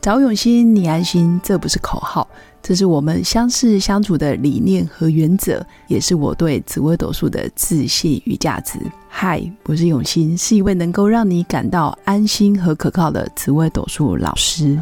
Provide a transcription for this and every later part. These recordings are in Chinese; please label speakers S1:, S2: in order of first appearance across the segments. S1: 找永新，你安心，这不是口号，这是我们相识相处的理念和原则，也是我对紫微斗数的自信与价值。嗨，我是永新，是一位能够让你感到安心和可靠的紫微斗数老师。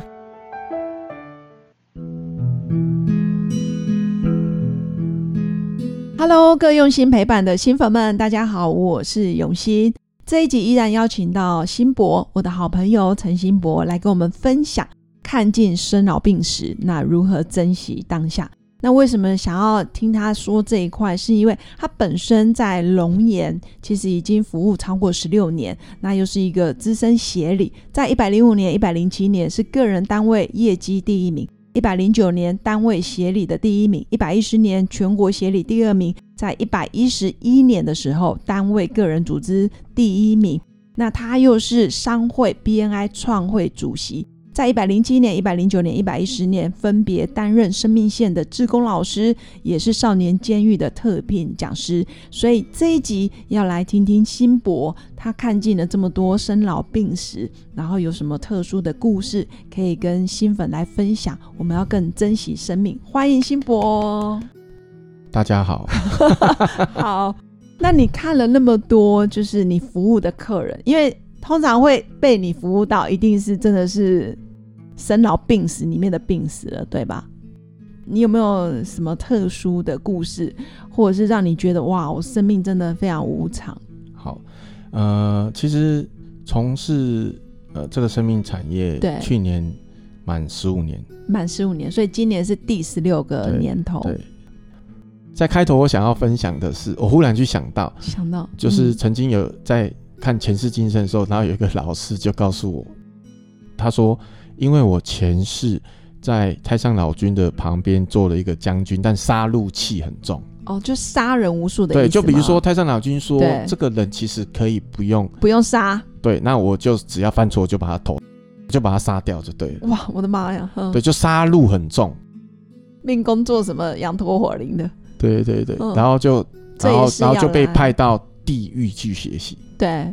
S2: Hello，各用心陪伴的新粉们，大家好，我是永新。这一集依然邀请到新博，我的好朋友陈新博来跟我们分享看尽生老病死，那如何珍惜当下？那为什么想要听他说这一块？是因为他本身在龙岩其实已经服务超过十六年，那又是一个资深协理，在一百零五年、一百零七年是个人单位业绩第一名。一百零九年单位协理的第一名，一百一十年全国协理第二名，在一百一十一年的时候，单位个人组织第一名。那他又是商会 BNI 创会主席，在一百零七年、一百零九年、一百一十年分别担任生命线的志工老师，也是少年监狱的特聘讲师。所以这一集要来听听辛博，他看尽了这么多生老病死，然后有什么特殊的故事可以跟新粉来分享？我们要更珍惜生命，欢迎新博。
S3: 大 家好，
S2: 好，那你看了那么多，就是你服务的客人，因为通常会被你服务到，一定是真的是生老病死里面的病死了，对吧？你有没有什么特殊的故事，或者是让你觉得哇，我生命真的非常无常？
S3: 好，呃，其实从事呃这个生命产业，
S2: 对
S3: 去年满十五年，
S2: 满十五年，所以今年是第十六个
S3: 对
S2: 年头。
S3: 对。在开头我想要分享的是，我忽然去想到，
S2: 想到
S3: 就是
S2: 嗯
S3: 曾经有在看前世今生的时候，然后有一个老师就告诉我，他说，因为我前世在太上老君的旁边做了一个将军，但杀戮气很重。
S2: 哦，就杀人无数的意思
S3: 对，就比如
S2: 吗
S3: 说太上老君说
S2: 对，
S3: 这个人其实可以不用
S2: 不用杀，
S3: 对，那我就只要犯错我就把他头，就把他杀掉就对了。
S2: 哇，我的妈呀！嗯
S3: 对，就杀戮很重。
S2: 命宫做什么羊驼火灵的，
S3: 对对对，
S2: 嗯
S3: 然后就
S2: 这
S3: 然后
S2: 也是
S3: 然后就
S2: 要
S3: 被
S2: 来
S3: 派到地狱去学习，
S2: 对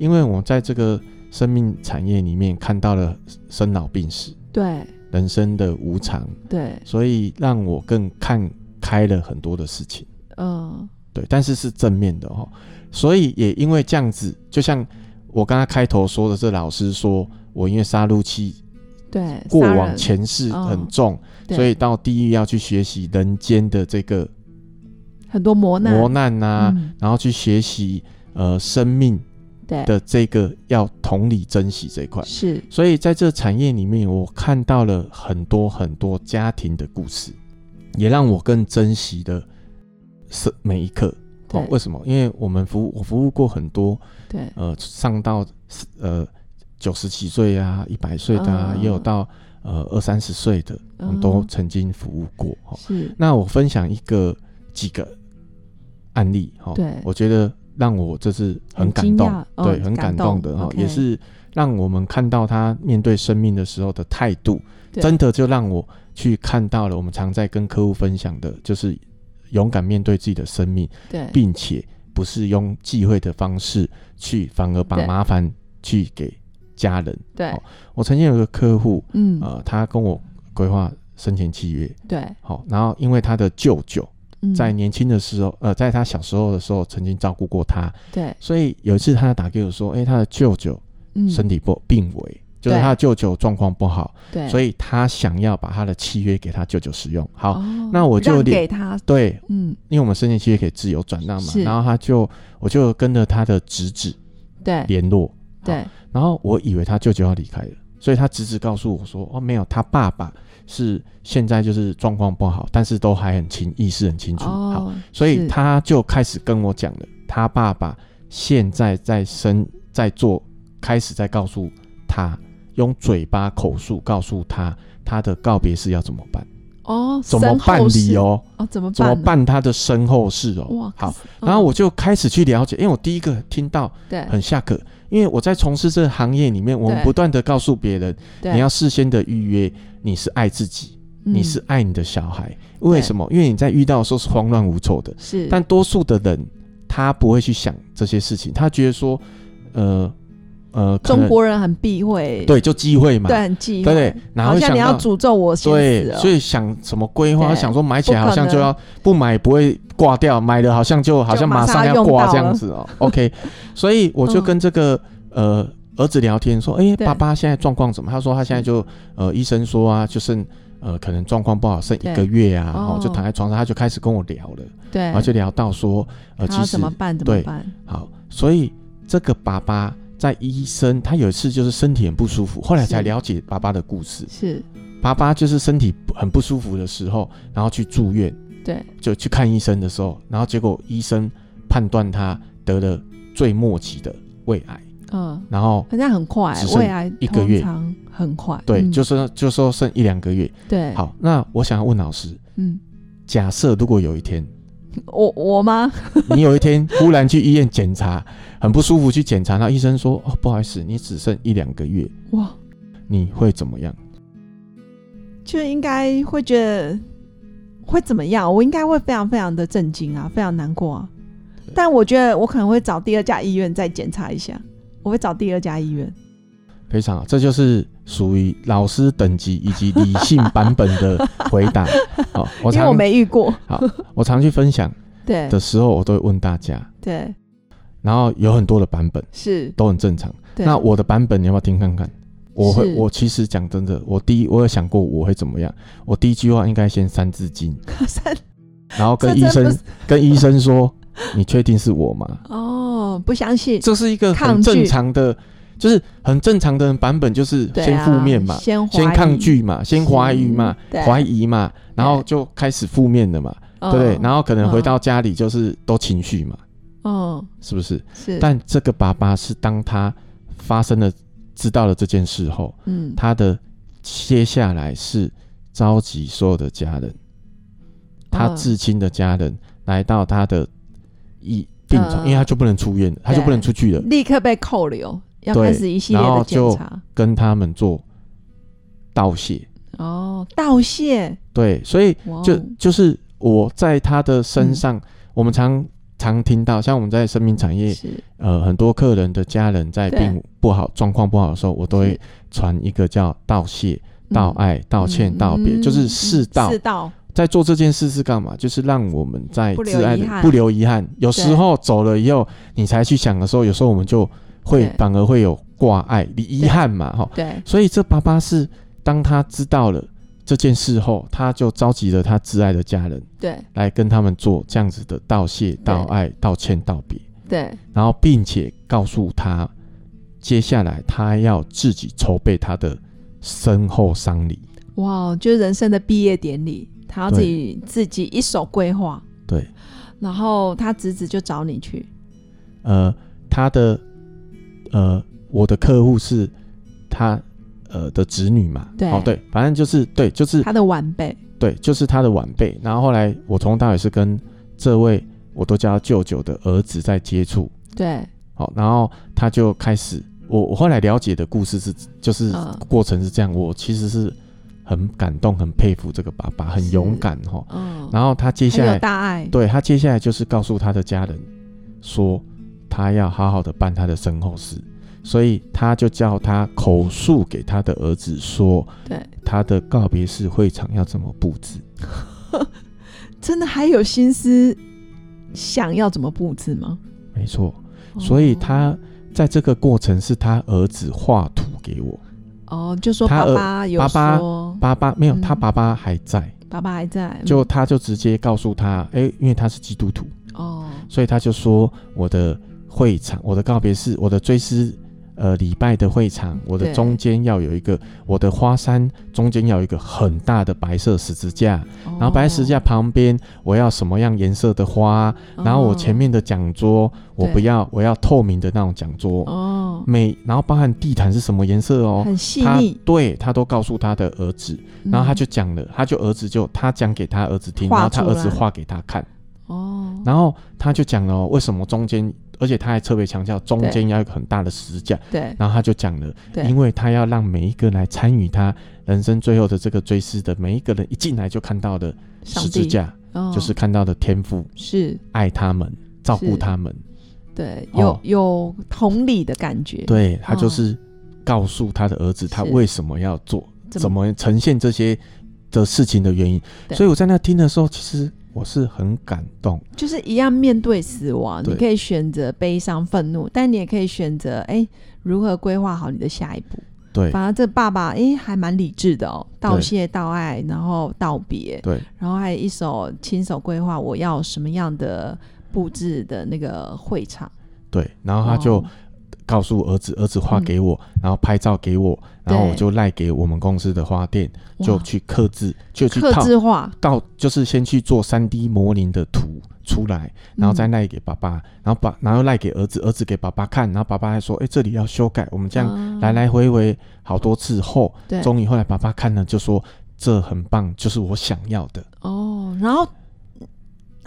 S3: 因为我在这个生命产业里面看到了生老病死，
S2: 对
S3: 人生的无常，
S2: 对，
S3: 所以让我更看开了很多的事情。
S2: 嗯
S3: 对，但是是正面的哦。所以也因为这样子，就像我刚刚开头说的，这老师说我因为杀戮期
S2: 对，
S3: 过
S2: 杀
S3: 往
S2: 人嗯
S3: 前世很重，
S2: 对
S3: 所以到地狱要去学习人间的这个
S2: 很多磨难
S3: 磨难啊，
S2: 嗯
S3: 然后去学习呃生命
S2: 对
S3: 的这个要同理珍惜这一块。
S2: 是
S3: 所以在这产业里面，我看到了很多很多家庭的故事，也让我更珍惜的是每一刻。
S2: 对
S3: 哦，为什么？因为我们服务，我服务过很多，
S2: 对
S3: 呃，上到呃九十几岁啊，一百岁的啊，
S2: 嗯
S3: 也有到呃二三十岁的，我们都
S2: 嗯
S3: 曾经服务过。哦，
S2: 是
S3: 那我分享一个几个案例哈，
S2: 对
S3: 我觉得让我这次很感
S2: 很惊
S3: 动
S2: 讶，哦
S3: 对，很
S2: 感
S3: 感
S2: 动
S3: 动的哈，
S2: OK
S3: 也是让我们看到他面对生命的时候的态度，
S2: 对
S3: 真的就让我去看到了我们常在跟客户分享的，就是勇敢面对自己的生命，
S2: 对
S3: 并且不是用忌讳的方式去，反而把
S2: 对
S3: 麻烦去给家人。
S2: 对
S3: 好我曾经有个客户，
S2: 嗯
S3: 呃，他跟我规划生前契约，
S2: 对
S3: 好、然后因为他的舅舅。
S2: 嗯
S3: 在年轻的时候，呃，在他小时候的时候曾经照顾过他，
S2: 对
S3: 所以有一次他打给我说，哎、他的舅舅
S2: 嗯
S3: 身体不病危，就是
S2: 对
S3: 他的舅舅状况不好，
S2: 对，
S3: 所
S2: 以
S3: 以他想要把他的契约给他舅舅使用。
S2: 哦
S3: 好，那我就有点
S2: 给他
S3: 对，
S2: 嗯
S3: 因为我们生前契约可以自由转让嘛
S2: 是，
S3: 然后他就我就跟着他的侄子
S2: 对
S3: 联络，
S2: 对
S3: 然后我以为他舅舅要离开了，所以他侄子告诉我说，哦，没有，他爸爸是现在就是状况不好，但是都还很清，意识很清楚。好，
S2: 哦，
S3: 所以
S2: 是
S3: 他就开始跟我讲了，他爸爸现在在生在做，开始在告诉他，用嘴巴口述告诉他他的告别式要怎么办，
S2: 哦
S3: 怎么办理
S2: 哦
S3: 哦，
S2: 哦怎么
S3: 怎么
S2: 办呢
S3: 办他的身后事
S2: 哇
S3: 哦。好，
S2: 嗯
S3: 然后我就开始去了解，因为我第一个听到
S2: 对
S3: 很下课，因为我在从事这个行业里面，我们
S2: 对
S3: 不断的告诉别人，
S2: 对
S3: 你要事先的预约，你是爱自己，你
S2: 嗯
S3: 是爱你的小孩，为什么？因为你在遇到的时候是慌乱无措的。
S2: 是
S3: 但多数的人他不会去想这些事情，他觉得说，呃，呃，可能
S2: 中国人很避讳，
S3: 对就忌讳嘛，
S2: 对，很忌
S3: 对
S2: 讳，
S3: 不对，然后
S2: 好
S3: 会
S2: 像
S3: 想
S2: 你要
S3: 到
S2: 诅咒我先死
S3: 对，
S2: 了，
S3: 所以想什么规划，
S2: 哦对
S3: 想说买起来
S2: 不可
S3: 好像就
S2: 能
S3: 要不买不会挂掉，买了好像就好像
S2: 马
S3: 马
S2: 上
S3: 上
S2: 要
S3: 要
S2: 用
S3: 挂
S2: 到
S3: 这样
S2: 了
S3: 子哦。OK，所以我就
S2: 嗯
S3: 跟这个呃儿子聊天说，哎，
S2: 对
S3: 爸爸现在状况怎么？他说他现在就呃医生说啊，就剩呃可能状况不好，剩
S2: 对
S3: 一个月啊，哦就
S2: 哦
S3: 躺在床上，他就开始跟我聊了，
S2: 对，
S3: 然后就聊到说呃
S2: 他
S3: 其
S2: 要
S3: 实
S2: 怎么办？怎么
S3: 对
S2: 办？
S3: 好，所以这个爸爸。在医生，他有一次就是身体很不舒服，后来才
S2: 是
S3: 了解爸爸的故事。
S2: 是
S3: 爸爸就是身体很不舒服的时候，然后去住院，
S2: 对，
S3: 就去看医生的时候，然后结果医生判断他得了最末期的胃癌，
S2: 嗯，
S3: 然后
S2: 可是很快
S3: 只，剩
S2: 胃癌
S3: 一个月
S2: 通常很快，
S3: 对，
S2: 嗯
S3: 就是就说剩一两个月。
S2: 对，，
S3: 好，那我想要问老师，
S2: 嗯，
S3: 假设如果有一天
S2: 我我吗？
S3: 你有一天忽然去医院检查，很不舒服去检查，然后医生说哦不好意思，你只剩一两个月，
S2: 哇，
S3: 你会怎么样？
S2: 就应该会觉得会怎么样？我应该会非常非常的震惊啊，非常难过啊。但我觉得我可能会找第二家医院再检查一下，我会找第二家医院。
S3: 非常好，这就是属于老师等级以及理性版本的回 答。好，我
S2: 因为
S3: 常
S2: 我没遇过。
S3: 我常去分享
S2: 对
S3: 的时候，我都会问大家，
S2: 对，
S3: 然后有很多的版本
S2: 是。
S3: 都很正常。
S2: 对
S3: 那我的版本你要不要听看看？我会，
S2: 是
S3: 我其实讲真的，我第一我有想过我会怎么样。我第一句话应该先三字经，
S2: 三
S3: 然后跟
S2: 这
S3: 医
S2: 真不
S3: 生
S2: 是
S3: 跟医生说，你确定是我吗？
S2: 哦，不相信。
S3: 这是一个
S2: 抗
S3: 很
S2: 拒
S3: 正常的，就是很正常的版本，就是
S2: 对
S3: 先
S2: 啊
S3: 负面嘛，
S2: 先怀疑嗯
S3: 先抗，拒嘛，先怀疑嘛，
S2: 对
S3: 怀疑嘛，然后就开始负面的嘛，对
S2: 对
S3: 不对？然后可能回
S2: 嗯
S3: 到家里就是都情绪嘛，
S2: 嗯，
S3: 是不是？
S2: 是，
S3: 但这个爸爸是当他发生了知道了这件事后，
S2: 嗯，
S3: 他的接下来是召集所有的家人，他
S2: 嗯
S3: 至亲的家人来到他的医病床，
S2: 嗯
S3: 因为他就不能出院了，他就不能出去了，
S2: 立刻被扣留，要
S3: 对
S2: 开始一系列
S3: 然
S2: 的
S3: 后
S2: 检
S3: 就
S2: 查。
S3: 跟他们做道谢。
S2: 哦，道谢，
S3: 对，所以
S2: 哇哦嗯
S3: 就就是我在他的身上，我们常常听到，像我们在生命产业，
S2: 是
S3: 呃，很多客人的家人在
S2: 对
S3: 病不好、状况不好的时候，我都会
S2: 是
S3: 传一个叫道谢、
S2: 嗯
S3: 道爱、道歉、道别，就是
S2: 嗯
S3: 世道
S2: 世。道，
S3: 在做这件事是干嘛？就是让我们在
S2: 不留
S3: 挚爱
S2: 遗
S3: 的
S2: 憾
S3: 不留遗憾。有时候走了以后，你才去想的时候，有时候我们就会
S2: 对
S3: 反而会有挂碍、离遗
S2: 对
S3: 憾嘛，哈。
S2: 对，
S3: 所以这爸爸是当他知道了这件事后，他就召集了他挚爱的家人
S2: 对，
S3: 来跟他们做这样子的道谢、道爱、道歉、道别，
S2: 对，
S3: 然后并且告诉他，接下来他要自己筹备他的身后丧礼。
S2: 哇，哦就是人生的毕业典礼，他要自
S3: 对
S2: 己自己一手规划，
S3: 对，
S2: 然后他侄子就找你去，
S3: 呃，他的呃，我的客户是他呃的侄女嘛，
S2: 对
S3: 哦对，反正就是对，就是
S2: 他的晚辈，
S3: 对，就是他的晚辈。然后后来我从头到尾是跟这位我都叫他舅舅的儿子在接触，
S2: 对，
S3: 好、然后他就开始，我我后来了解的故事是，就是
S2: 嗯
S3: 过程是这样，我其实是很感动、很佩服这个爸爸，很
S2: 是
S3: 勇敢哈、
S2: 嗯，
S3: 然后他接下
S2: 很有
S3: 来，
S2: 大爱，
S3: 对他接下来就是告诉他的家人说，他要好好的办他的身后事，所以他就叫他口述给他的儿子说，
S2: 对，
S3: 他的告别式会场要怎么布置。
S2: 真的还有心思想要怎么布置吗？
S3: 没错，
S2: 哦
S3: 所以他在这个过程是他儿子画图给我，
S2: 哦，就说爸
S3: 他儿
S2: 爸有
S3: 爸爸
S2: 说，
S3: 爸爸没有，
S2: 嗯
S3: 他爸爸还在，
S2: 爸爸还在，
S3: 就他就直接告诉他，哎、因为他是基督徒，
S2: 嗯哦，
S3: 所以他就说我的会场，我的告别式，我的追思。呃，礼拜的会场，我的
S2: 对
S3: 中间要有一个，我的花衫中间要有一个很大的白色十字架，
S2: 哦
S3: 然后白十字架旁边我要什么样颜色的花，
S2: 哦，
S3: 然后我前面的讲桌我
S2: 对
S3: 不要，我要透明的那种讲桌，
S2: 哦，
S3: 每然后包含地毯是什么颜色哦，
S2: 很细
S3: 他
S2: 腻，
S3: 对他都告诉他的儿子，然后他
S2: 嗯
S3: 就讲了，他就儿子就他讲给他儿子听，然
S2: 画
S3: 后
S2: 出来
S3: 他儿子画给他看，
S2: 哦，
S3: 然后他就讲了哦、为什么中间，而且他还特别强调中
S2: 对
S3: 间要有一个很大的十字架，
S2: 对
S3: 然后他就讲了，
S2: 对，
S3: 因为他要让每一个来参与他人生最后的这个追思的每一个人一进来就看到的
S2: 上
S3: 十字
S2: 帝
S3: 架，
S2: 哦
S3: 就是看到的天赋，
S2: 是
S3: 爱他们，照顾
S2: 是
S3: 他们，
S2: 对，有、
S3: 哦
S2: 有同理的感觉，，
S3: 对他
S2: 哦
S3: 就是告诉他的儿子他
S2: 是
S3: 为什么要做，
S2: 怎
S3: 怎么呈现这些的事情的原因。
S2: 对
S3: 所以我在那听的时候，其实我是很感动。
S2: 就是一样面对死亡，
S3: 对
S2: 你可以选择悲伤、愤怒，但你也可以选择哎如何规划好你的下一步。
S3: 对
S2: 反而这爸爸哎还蛮理智的哦，道
S3: 对
S2: 谢、道爱，然后道别，
S3: 对
S2: 然后还一手亲手规划我要什么样的布置的那个会场。
S3: 对，然后他就
S2: 哦嗯
S3: 告诉儿子，儿子画给我，然后拍照给我，然后
S2: 对
S3: 我就赖给我们公司的花店，
S2: 哇
S3: 就去刻制，就去
S2: 刻
S3: 套
S2: 字化，
S3: 到，就是先去做三 D 模拟的图出来，然后再
S2: 嗯
S3: 赖给爸爸，然后把然后赖给儿子，儿子给爸爸看，然后爸爸还说，哎、这里要修改，我们这样
S2: 啊
S3: 来来回回好多次后，
S2: 对
S3: 终于后来爸爸看了就说这很棒，就是我想要的。
S2: 哦，然后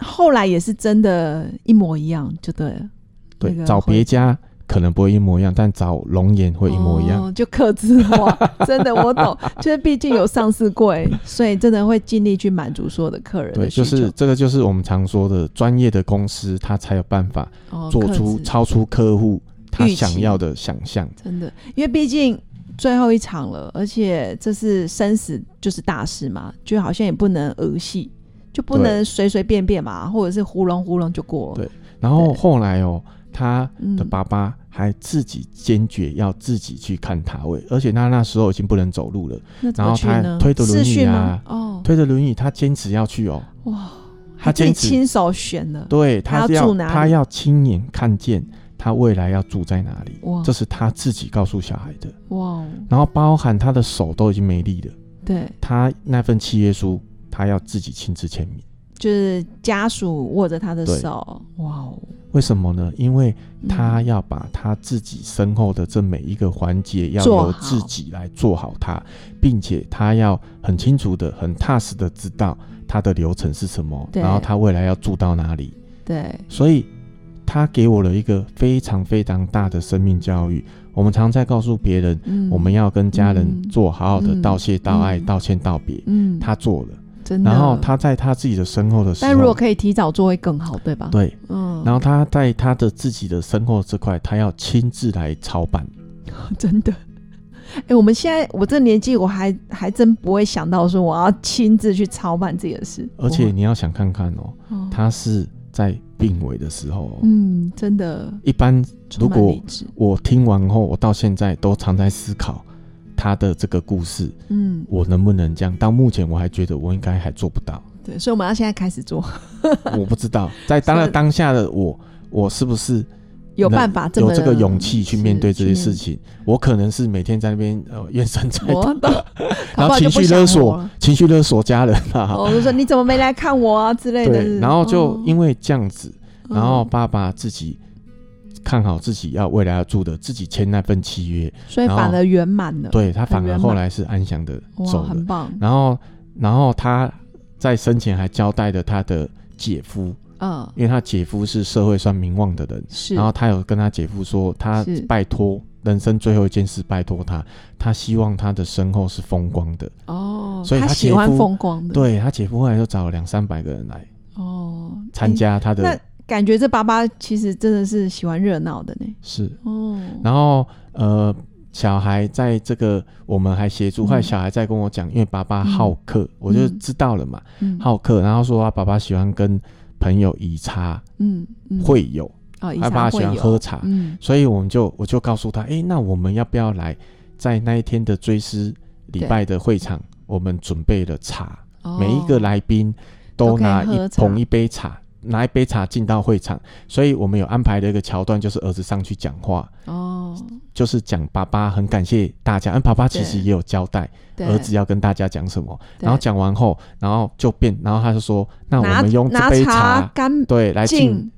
S2: 后来也是真的，一模一样，就对了，
S3: 对，
S2: 那个
S3: 找
S2: 会
S3: 别家可能不会一模一样，但找龙岩会一模一样。
S2: 哦、就克制化， 真的我懂，就是毕竟有上市柜，所以真的会尽力去满足所有的客人
S3: 对，
S2: 的需
S3: 就
S2: 求，
S3: 是这个，就是我们常说的专业的公司，它才有办法
S2: 哦
S3: 做
S2: 克
S3: 出
S2: 制
S3: 超出客户他
S2: 预期
S3: 想要的想象。
S2: 真的，因为毕竟最后一场了，而且这是生死就是大事嘛，就好像也不能儿戏，就不
S3: 对
S2: 能随随便便嘛，或者是糊弄糊弄就过了。
S3: 对然后
S2: 对
S3: 后来哦，他
S2: 嗯
S3: 的爸爸还自己坚决要自己去看塔位，而且他那时候已经不能走路了，
S2: 那怎么
S3: 然后
S2: 去
S3: 他
S2: 呢？
S3: 推着轮椅啊
S2: 视讯吗？哦，
S3: 推着轮椅，他坚持要去哦。
S2: 哇，
S3: 他
S2: 自己
S3: 坚持
S2: 亲手选的，
S3: 对，
S2: 他
S3: 他
S2: 要
S3: 是
S2: 住
S3: 要
S2: 哪里
S3: 他要亲眼看见他未来要住在哪里，
S2: 哇
S3: 这是他自己告诉小孩的。
S2: 哇哦，
S3: 然后包含他的手都已经没力了，
S2: 对，
S3: 他那份契约书他要自己亲自签名。
S2: 就是家属握着他的
S3: 对
S2: 手，哇哦，
S3: 为什么呢？因为
S2: 嗯
S3: 他要把他自己身后的这每一个环节要
S2: 做
S3: 由
S2: 好
S3: 自己来做好它，并且他要很清楚的、很踏实的知道他的流程是什么，
S2: 对
S3: 然后他未来要住到哪里。
S2: 对
S3: 所以他给我了一个非常非常大的生命教育。我们常在告诉别人，
S2: 嗯
S3: 我们要跟家人
S2: 嗯
S3: 做好好的
S2: 嗯
S3: 道谢、道爱、
S2: 嗯
S3: 道歉、道别。
S2: 嗯，
S3: 他做了，
S2: 真的，
S3: 然后，他在他自己的身后的时候，
S2: 但如果可以提早做会更好，对吧？，
S3: 对，
S2: 嗯，
S3: 然后他在他的自己的身后这块，他要亲自来操办。
S2: 真的。哎、我们现在我这年纪，我还还真不会想到说我要亲自去操办这件事，
S3: 而且你要想看看哦，
S2: 哇、哦
S3: 他是在病危的时候、哦。
S2: 嗯，真的
S3: 一般
S2: 充满
S3: 如果
S2: 理智，
S3: 我听完后，我到现在都常在思考他的这个故事，
S2: 嗯，
S3: 我能不能这样？到目前我还觉得我应该还做不 到，
S2: 对，所以我们要现在开始做，
S3: 我不知道在当了
S2: 是
S3: 当下的我，我是不是
S2: 有
S3: 能
S2: 办法这
S3: 有
S2: 么
S3: 这个勇气去面对这些事
S2: 情，
S3: 情？我可能是每天在那边呃怨声载 道，
S2: 我
S3: 然后情绪勒索，情绪勒索家人啊，
S2: 哦我就说你怎么没来看我啊之类的
S3: 对，，然后就因
S2: 为，
S3: 为这样子，
S2: 嗯
S3: 然后爸爸自己看好自己要未来要住的，自己签那份契约，
S2: 所以
S3: 然后
S2: 反而圆满了，，
S3: 对他反
S2: 嗯很
S3: 而
S2: 圆
S3: 后
S2: 满
S3: 来是安详的
S2: 哇，
S3: 走了
S2: 很。棒，
S3: 然后，然后他在生前还交代了他的姐夫，
S2: 嗯，
S3: 因为他姐夫是社会算名望的人，
S2: 是，
S3: 然后他有跟他姐夫说，他
S2: 是
S3: 拜托人生最后一件事，拜托他，他希望他的身后是风光的。
S2: 哦，
S3: 所以
S2: 他
S3: 他
S2: 喜
S3: 姐
S2: 欢
S3: 夫
S2: 风光的，，
S3: 对他姐夫后来就找了两三百个人来
S2: 哦，
S3: 参加他的、
S2: 那感觉这爸爸其实真的是喜欢热闹的呢。
S3: 是，
S2: 哦，
S3: 然后呃，小孩在这个我们还协助，
S2: 嗯
S3: 后来小孩在跟我讲，因为爸爸好客，我就知道了嘛，
S2: 嗯
S3: 好客，然后说他爸爸喜欢跟朋友以茶
S2: 嗯嗯
S3: 会友，
S2: 哦，以
S3: 他
S2: 茶
S3: 爸爸喜
S2: 会
S3: 欢
S2: 友
S3: 喝茶，
S2: 嗯
S3: 所以我们就我就告诉他，诶，那我们要不要来在那一天的追思礼
S2: 对
S3: 拜的会场，我们准备了茶，
S2: 哦
S3: 每一个来宾
S2: 都
S3: 都
S2: 可以
S3: 拿
S2: 喝
S3: 一
S2: 茶
S3: 捧一杯茶。拿一杯茶进到会场，所以我们有安排了一个桥段，就是儿子上去讲话，
S2: 哦，
S3: 就是讲爸爸很感谢大家，嗯，爸爸其实
S2: 对
S3: 也有交代
S2: 对
S3: 儿子要跟大家讲什么，
S2: 对
S3: 然后讲完后，然后就变，然后他就说，那我
S2: 拿
S3: 们用这
S2: 拿
S3: 杯
S2: 茶
S3: 茶，
S2: 干
S3: 对，来敬
S2: 净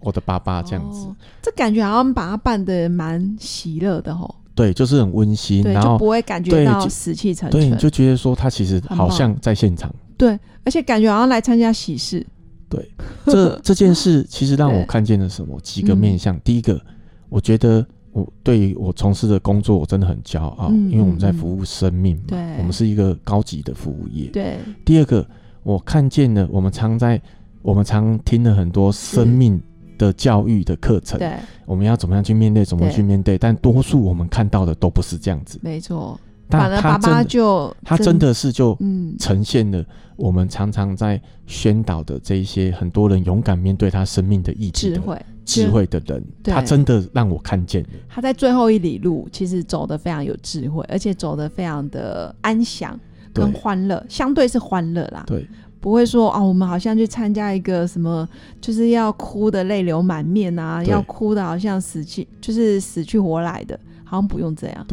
S3: 我的爸爸这样子，
S2: 哦，这感觉好像把他办的蛮喜乐的吼，
S3: 对，就是很温馨，
S2: 对，
S3: 然
S2: 就
S3: 后
S2: 不会感觉
S3: 对
S2: 到
S3: 就
S2: 死气沉
S3: 对，你
S2: 沉，
S3: 就觉得说他其实好像在 现场。
S2: 对，而且感觉好像来参加喜事，
S3: 对，这这件事其实让
S2: 对嗯
S3: 我看见了什么？几个面向。第一个，我觉得我对于我从事的工作，我真的很骄傲，
S2: 嗯
S3: 因为我们在
S2: 嗯
S3: 服务生命嘛
S2: 对，
S3: 我们是一个高级的服务业。
S2: 对，
S3: 第二个，我看见了，我们常在我们常听了很多生命的教育的课程，
S2: 对，
S3: 我们要怎么样去面对，怎么
S2: 对
S3: 去面对。但多数我们看到的都不是这样子，
S2: 没错。反
S3: 但
S2: 而
S3: 他
S2: 爸
S3: 真
S2: 爸
S3: 的
S2: 就
S3: 他真，的是就
S2: 嗯，
S3: 呈现了我们常常在宣导的这一些很多人勇敢面对他生命的意志
S2: 智
S3: 的
S2: 慧，
S3: 智慧的人，
S2: 对
S3: 他真的让我看见了。
S2: 他在最后一里路其实走得非常有智慧，而且走得非常的安详跟
S3: 对
S2: 欢乐，相对是欢乐啦，
S3: 对，
S2: 不会说啊，我们好像去参加一个什么，就是要哭的泪流满面啊，
S3: 对
S2: 要哭的好像死去，就是死去活来的，好像不用这样。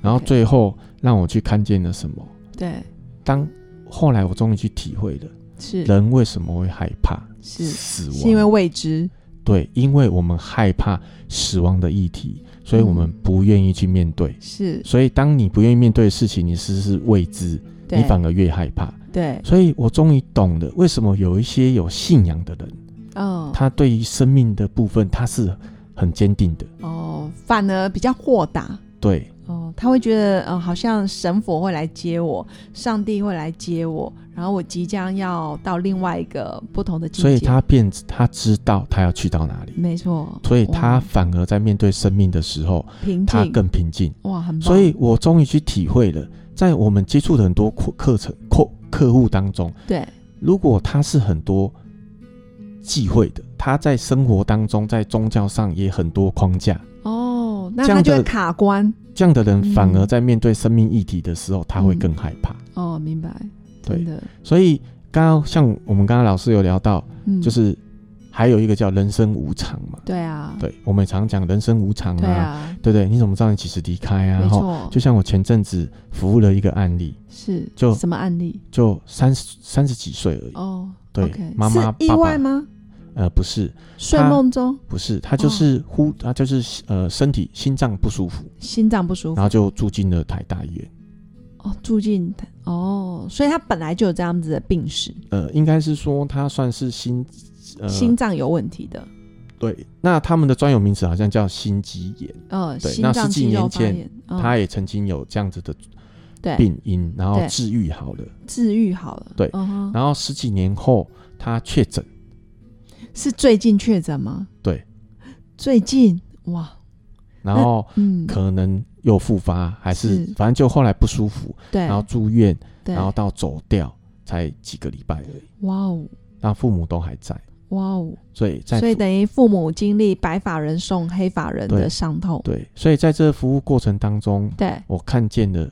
S3: 然后
S2: OK
S3: 最后让我去看见了什么？
S2: 对，
S3: 当后来我终于去体会了，
S2: 是
S3: 人为什么会害怕
S2: 是
S3: 死亡？
S2: 是因为未知，
S3: 对，因为我们害怕死亡的议题，所以我们
S2: 嗯
S3: 不愿意去面对。
S2: 是
S3: 所以，当你不愿意面对的事情，你是是未知，
S2: 对
S3: 你反而越害怕。
S2: 对，
S3: 所以我终于懂了，为什么有一些有信仰的人，
S2: 嗯，
S3: 他对于生命的部分，他是很坚定的。
S2: 哦，反而比较豁达。
S3: 对
S2: 哦，他会觉得，呃，好像神佛会来接我，上帝会来接我，然后我即将要到另外一个不同的境界。
S3: 所以他便他知道他要去到哪里，
S2: 没错，
S3: 所以
S2: 哇
S3: 他反而在面对生命的时候，
S2: 平
S3: 他
S2: 静，
S3: 更平静。
S2: 哇，很棒。
S3: 所以我终于去体会了，在我们接触的很多课课程客客户当中，
S2: 对
S3: 如果他是很多忌讳的，他在生活当中，在宗教上也很多框架，
S2: 哦，那
S3: 这
S2: 他
S3: 样
S2: 就会
S3: 的
S2: 卡关。
S3: 这样的人
S2: 嗯
S3: 反而在面对生命议题的时候，他会更害怕。
S2: 哦，明白，真
S3: 对，
S2: 的，
S3: 所以刚刚像我们刚刚老师有聊到，
S2: 嗯，
S3: 就是还有一个叫人生无常嘛，
S2: 对啊，
S3: 对，我们也常讲人生无常
S2: 对
S3: 啊，
S2: 啊，
S3: 对不对？你怎么知道你几时离开啊？
S2: 没
S3: 哈，
S2: 错，
S3: 就像我前阵子服务了一个案例，
S2: 是
S3: 就
S2: 什么案例
S3: 就三十三十几岁而已，
S2: 哦，
S3: 对
S2: OK，
S3: 妈妈
S2: 是意
S3: 爸爸
S2: 外吗？
S3: 呃，不是，
S2: 睡梦中
S3: 不是，他就是忽，他就是呃身体心脏不舒服，
S2: 心脏哦不舒服
S3: 然，后就住进了台大医院。
S2: 哦，住进哦，所以他本来就有这样子的病史，
S3: 呃，应该是说他算是心呃
S2: 心脏有问题的，
S3: 对，那他们的专有名词好像叫心肌炎，
S2: 呃，
S3: 对
S2: 心
S3: 那
S2: 脏
S3: 十几
S2: 肌肉
S3: 年
S2: 发
S3: 前
S2: 炎，嗯
S3: 他也曾经有这样子的
S2: 对
S3: 病因，然后
S2: 对
S3: 治愈好了，
S2: 治愈好了，
S3: 对
S2: 嗯哼，
S3: 然后十几年后他确诊，
S2: 是最近确诊吗？
S3: 对，
S2: 最近哇，
S3: 然后
S2: 嗯，
S3: 可能又复发，还是
S2: 是
S3: 反正就后来不舒服，
S2: 对
S3: 然后住院，
S2: 对，
S3: 然后到走掉才几个礼拜而已，
S2: 哇哦
S3: 那父母都还在，
S2: 哇哦。
S3: 所以在
S2: 所以
S3: 服
S2: 等于父母经历白发人送黑发人的
S3: 对
S2: 伤痛，
S3: 对，所以在这服务过程当中，
S2: 对
S3: 我看见了，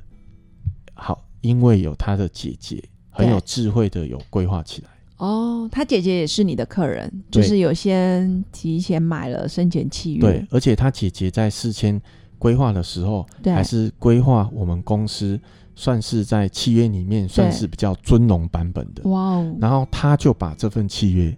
S3: 好，因为有他的姐姐很
S2: 对
S3: 有智慧的有规划起来，
S2: 哦，他姐姐也是你的客人，就
S3: 对
S2: 是有些提前买了生前契约，
S3: 对，而且他姐姐在事先规划的时候，
S2: 对
S3: 还是规划我们公司算是在契约里面算是比较尊荣版本的，
S2: 哇哦，
S3: 然后他就把这份契约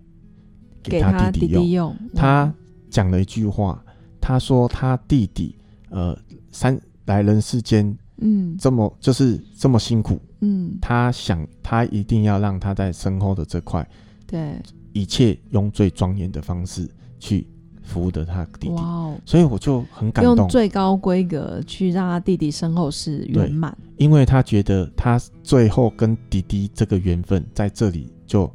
S3: 给
S2: 给他
S3: 他弟
S2: 弟
S3: 弟用，
S2: 用，
S3: 他讲了一句话，他说他弟弟呃三来人世间
S2: 嗯
S3: 这么就是这么辛苦，
S2: 嗯，
S3: 他想他一定要让他在身后的这块
S2: 对，
S3: 一切用最庄严的方式去服务的他弟弟
S2: 哇，哦，
S3: 所以我就很感
S2: 用
S3: 动，
S2: 最高规格去让他弟弟身后事圆满，
S3: 因为他觉得他最后跟弟弟这个缘分在这里就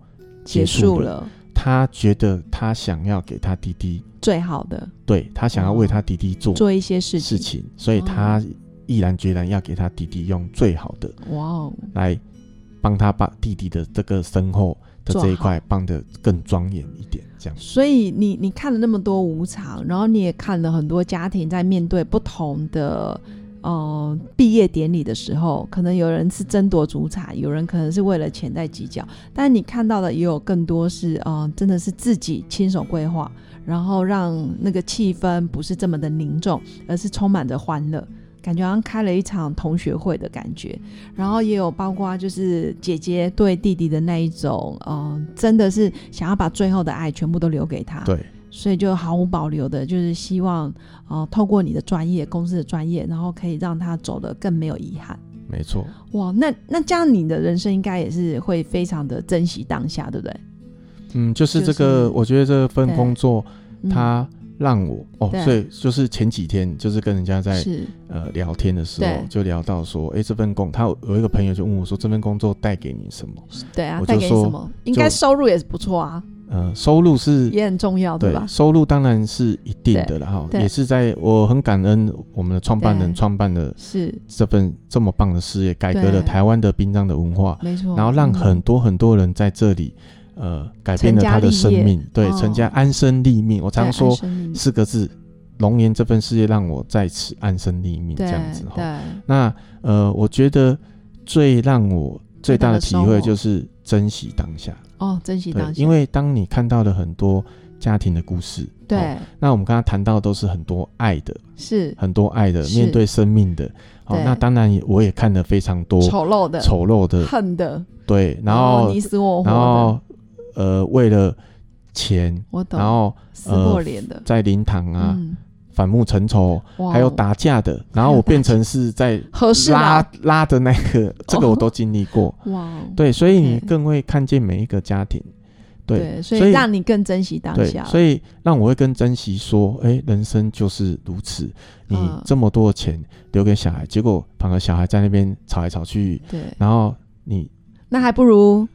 S2: 结
S3: 结
S2: 束
S3: 束了
S2: 了
S3: 他觉得他想要给他弟弟，
S2: 最好的，
S3: 对他想要为他弟弟做
S2: 做一些事
S3: 事
S2: 情，哦
S3: 情，所以他毅然决然要给他弟弟用最好的
S2: 哇哦，
S3: 来帮他把弟弟的这个身后的这一块帮得更庄严一点，这样
S2: 所以你你看了那么多无常，然后你也看了很多家庭在面对不同的呃毕业典礼的时候，可能有人是争夺主产，有人可能是为了钱在计较，但你看到的也有更多是呃真的是自己亲手规划，然后让那个气氛不是这么的凝重，而是充满着欢乐。感觉好像开了一场同学会的感觉，然后也有包括就是姐姐对弟弟的那一种，嗯、真的是想要把最后的爱全部都留给他，
S3: 对。
S2: 所以就毫无保留的，就是希望，呃，透过你的专业，公司的专业，然后可以让他走得更没有遗憾。
S3: 没错，
S2: 哇，那那这样你的人生应该也是会非常的珍惜当下，对不对？
S3: 嗯，就是
S2: 就
S3: 这个，
S2: 是
S3: 我觉得这份
S2: 对
S3: 工作
S2: 嗯、
S3: 他让我、
S2: 对
S3: 哦，所以就是前几天就是跟人家在
S2: 是
S3: 呃聊天的时
S2: 对
S3: 候，就聊到说，哎、这份工，他有有一个朋友就问我说，这份工作带给你什么？
S2: 对啊，
S3: 我就
S2: 带给你
S3: 说
S2: 什么？应该收入也是不错啊。
S3: 呃，收入是
S2: 也很重要，对
S3: 对
S2: 吧？
S3: 收入当然是一定的了哈，
S2: 对
S3: 也是在我很感恩我们的创办人
S2: 对
S3: 创办的
S2: 是，
S3: 这份这么棒的事业，改革
S2: 对
S3: 了台湾的殡葬的文化，
S2: 没错。
S3: 然后让
S2: 嗯
S3: 很多很多人在这里，呃，改变
S2: 成
S3: 了
S2: 家
S3: 他的
S2: 立
S3: 生
S2: 业
S3: 命，对
S2: 哦，
S3: 成家安身立命。我
S2: 对
S3: 常
S2: 安
S3: 说
S2: 身立命
S3: 四个字：龙岩这份事业让我在此安身立命，这
S2: 对
S3: 样子哈。
S2: 对，
S3: 那呃，我觉得最让我
S2: 最
S3: 最
S2: 大
S3: 大
S2: 的
S3: 的
S2: 收
S3: 体会
S2: 获
S3: 就是珍惜当下，
S2: 哦，珍惜
S3: 对
S2: 当，下，
S3: 因为当你看到了很多家庭的故事，哦
S2: 对
S3: 那我们刚刚谈到都是很多爱的，
S2: 是
S3: 很多爱的，
S2: 是
S3: 面对生命的。好、
S2: 对
S3: 那当然也我也看了非常多
S2: 丑陋的、
S3: 丑陋的，
S2: 恨的，哦
S3: 对，然后
S2: 你死我活
S3: 然
S2: 的，
S3: 后呃为了钱，
S2: 我懂，
S3: 然后
S2: 撕
S3: 呃
S2: 破脸的
S3: 在灵堂啊、
S2: 嗯，
S3: 反目成仇，
S2: 哇哦
S3: 还有打架的，然后我变成 是在
S2: 合适
S3: 拉
S2: 啦，
S3: 拉的那个，这个我都经历过。
S2: 哇，哦
S3: 对，所以你
S2: 对
S3: 更会看见每一个家庭。对，
S2: 嗯对，所以
S3: 所以
S2: 让你更珍惜当
S3: 对
S2: 下，，
S3: 所以让我会跟珍惜说，哎、人生就是如此，你
S2: 嗯
S3: 这么多的钱留给小孩，结果反而小孩在那边吵来吵去，
S2: 对，
S3: 然后你
S2: 那还不如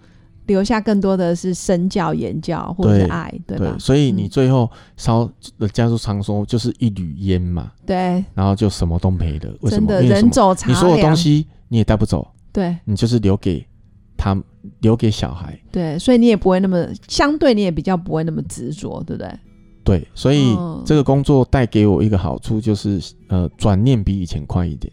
S2: 留下更多的是身教、言教或者是
S3: 对
S2: 爱，对
S3: 对
S2: 吧？
S3: 所以你
S2: 嗯
S3: 最后烧，人家就常说就是一缕烟嘛，
S2: 对，
S3: 然后就什么都没了，为什
S2: 真
S3: 么？
S2: 的
S3: 因为什
S2: 人
S3: 么？
S2: 走茶
S3: 你
S2: 凉，
S3: 所有东西你也带不走，
S2: 对
S3: 你就是留给他，留给小孩。
S2: 对，所以你也不会那么，相对你也比较不会那么执着，对不对？
S3: 对，所以
S2: 嗯
S3: 这个工作带给我一个好处就是，呃，转念比以前快一点。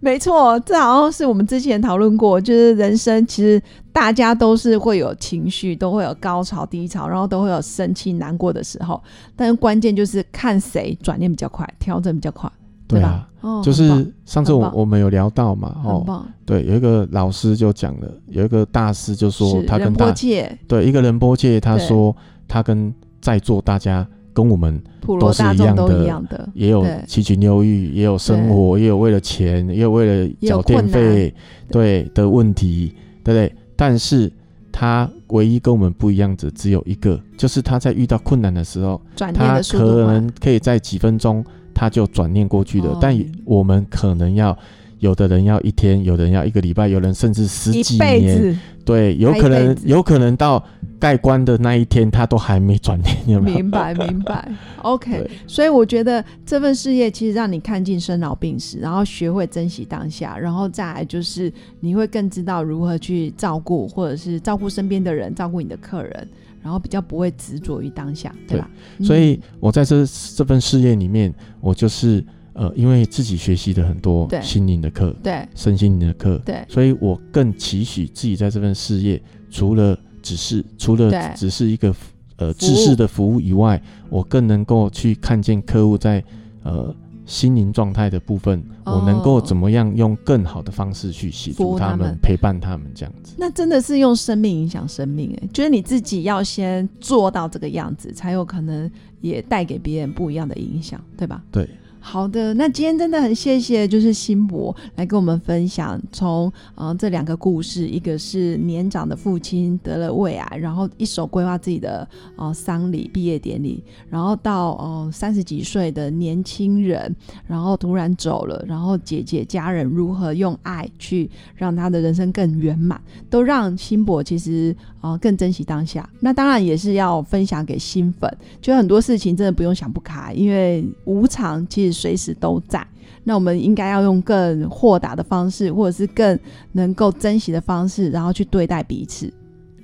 S2: 没错，这好像是我们之前讨论过，就是人生其实大家都是会有情绪，都会有高潮、低潮，然后都会有生气、难过的时候，但是关键就是看谁转念比较快，调整比较快，
S3: 对
S2: 吧
S3: 啊，？
S2: 哦，
S3: 就
S2: 很
S3: 是上次
S2: 很
S3: 我
S2: 棒
S3: 我们有聊到嘛，
S2: 棒很
S3: 哦，
S2: 棒，
S3: 对，有一个老师就讲了，有一个大师就说
S2: 是
S3: 他
S2: 仁
S3: 跟
S2: 波
S3: 大
S2: 切、
S3: 对一个仁波切，他
S2: 对
S3: 说他跟在座大家跟我们
S2: 普罗
S3: 都是
S2: 大
S3: 一
S2: 众
S3: 样
S2: 都
S3: 的
S2: 一样的，
S3: 也有
S2: 对
S3: 七情六欲，也有生活，也有为了钱，也有为了
S2: 也有
S3: 缴电
S2: 困
S3: 费对的问题，对不对？但是他唯一跟我们不一样的只有一个，就是他在遇到困难的时候，
S2: 转念
S3: 他
S2: 的速
S3: 可
S2: 度快
S3: 能，可以在几分钟他就转念过去了，
S2: 哦
S3: 但我们可能要有的人要一天，有的人要一个礼拜，有人甚至十
S2: 一
S3: 几
S2: 辈
S3: 年，
S2: 子
S3: 对，有可
S2: 还一辈
S3: 能
S2: 子
S3: 有可能到盖棺的那一天，他都还没转念， 有没有？
S2: 明白明白，OK
S3: 对。
S2: 所以我觉得这份事业其实让你看尽生老病死，然后学会珍惜当下，然后再来就是你会更知道如何去照顾，或者是照顾身边的人，照顾你的客人，然后比较不会执着于当下，对吧？嗯
S3: 所以我在这这份事业里面，我就是呃，因为自己学习了很多
S2: 对
S3: 心灵的课、
S2: 对
S3: 身心灵的课，
S2: 对
S3: 所以我更期许自己在这份事业，除了只是除
S2: 对
S3: 了只是一个呃
S2: 服务
S3: 知识的服务以外，我更能够去看见客户在呃心灵状态的部分，
S2: 哦
S3: 我能够怎么样用更好的方式去协
S2: 服务
S3: 助他
S2: 他
S3: 们、
S2: 们
S3: 陪伴他们这样子。
S2: 那真的是用生命影响生命、哎，就是你自己要先做到这个样子，才有可能也带给别人不一样的影响，对吧？
S3: 对。
S2: 好的，那今天真的很谢谢，就是辛博来跟我们分享从呃这两个故事，一个是年长的父亲得了胃癌，然后一手规划自己的呃丧礼、毕业典礼，然后到呃三十几岁的年轻人，然后突然走了，然后姐姐家人如何用爱去让他的人生更圆满。都让辛博其实呃更珍惜当下。那当然也是要分享给新粉，就很多事情真的不用想不开，因为无常其实随时都在。那我们应该要用更豁达的方式，或者是更能够珍惜的方式，然后去对待彼此。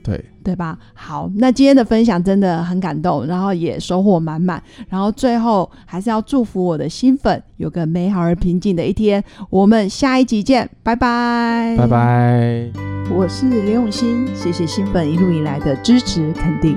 S3: 对，
S2: 对吧？好，那今天的分享真的很感动，然后也收获满满。然后最后还是要祝福我的新粉有个美好而平静的一天。我们下一集见，拜拜，
S3: 拜拜。
S2: 我是刘永新，谢谢新粉一路以来的支持肯定。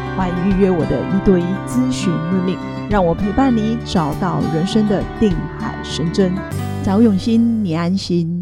S2: 欢迎预约我的一对一咨询任命，让我陪伴你找到人生的定海神针。找永新，你安心。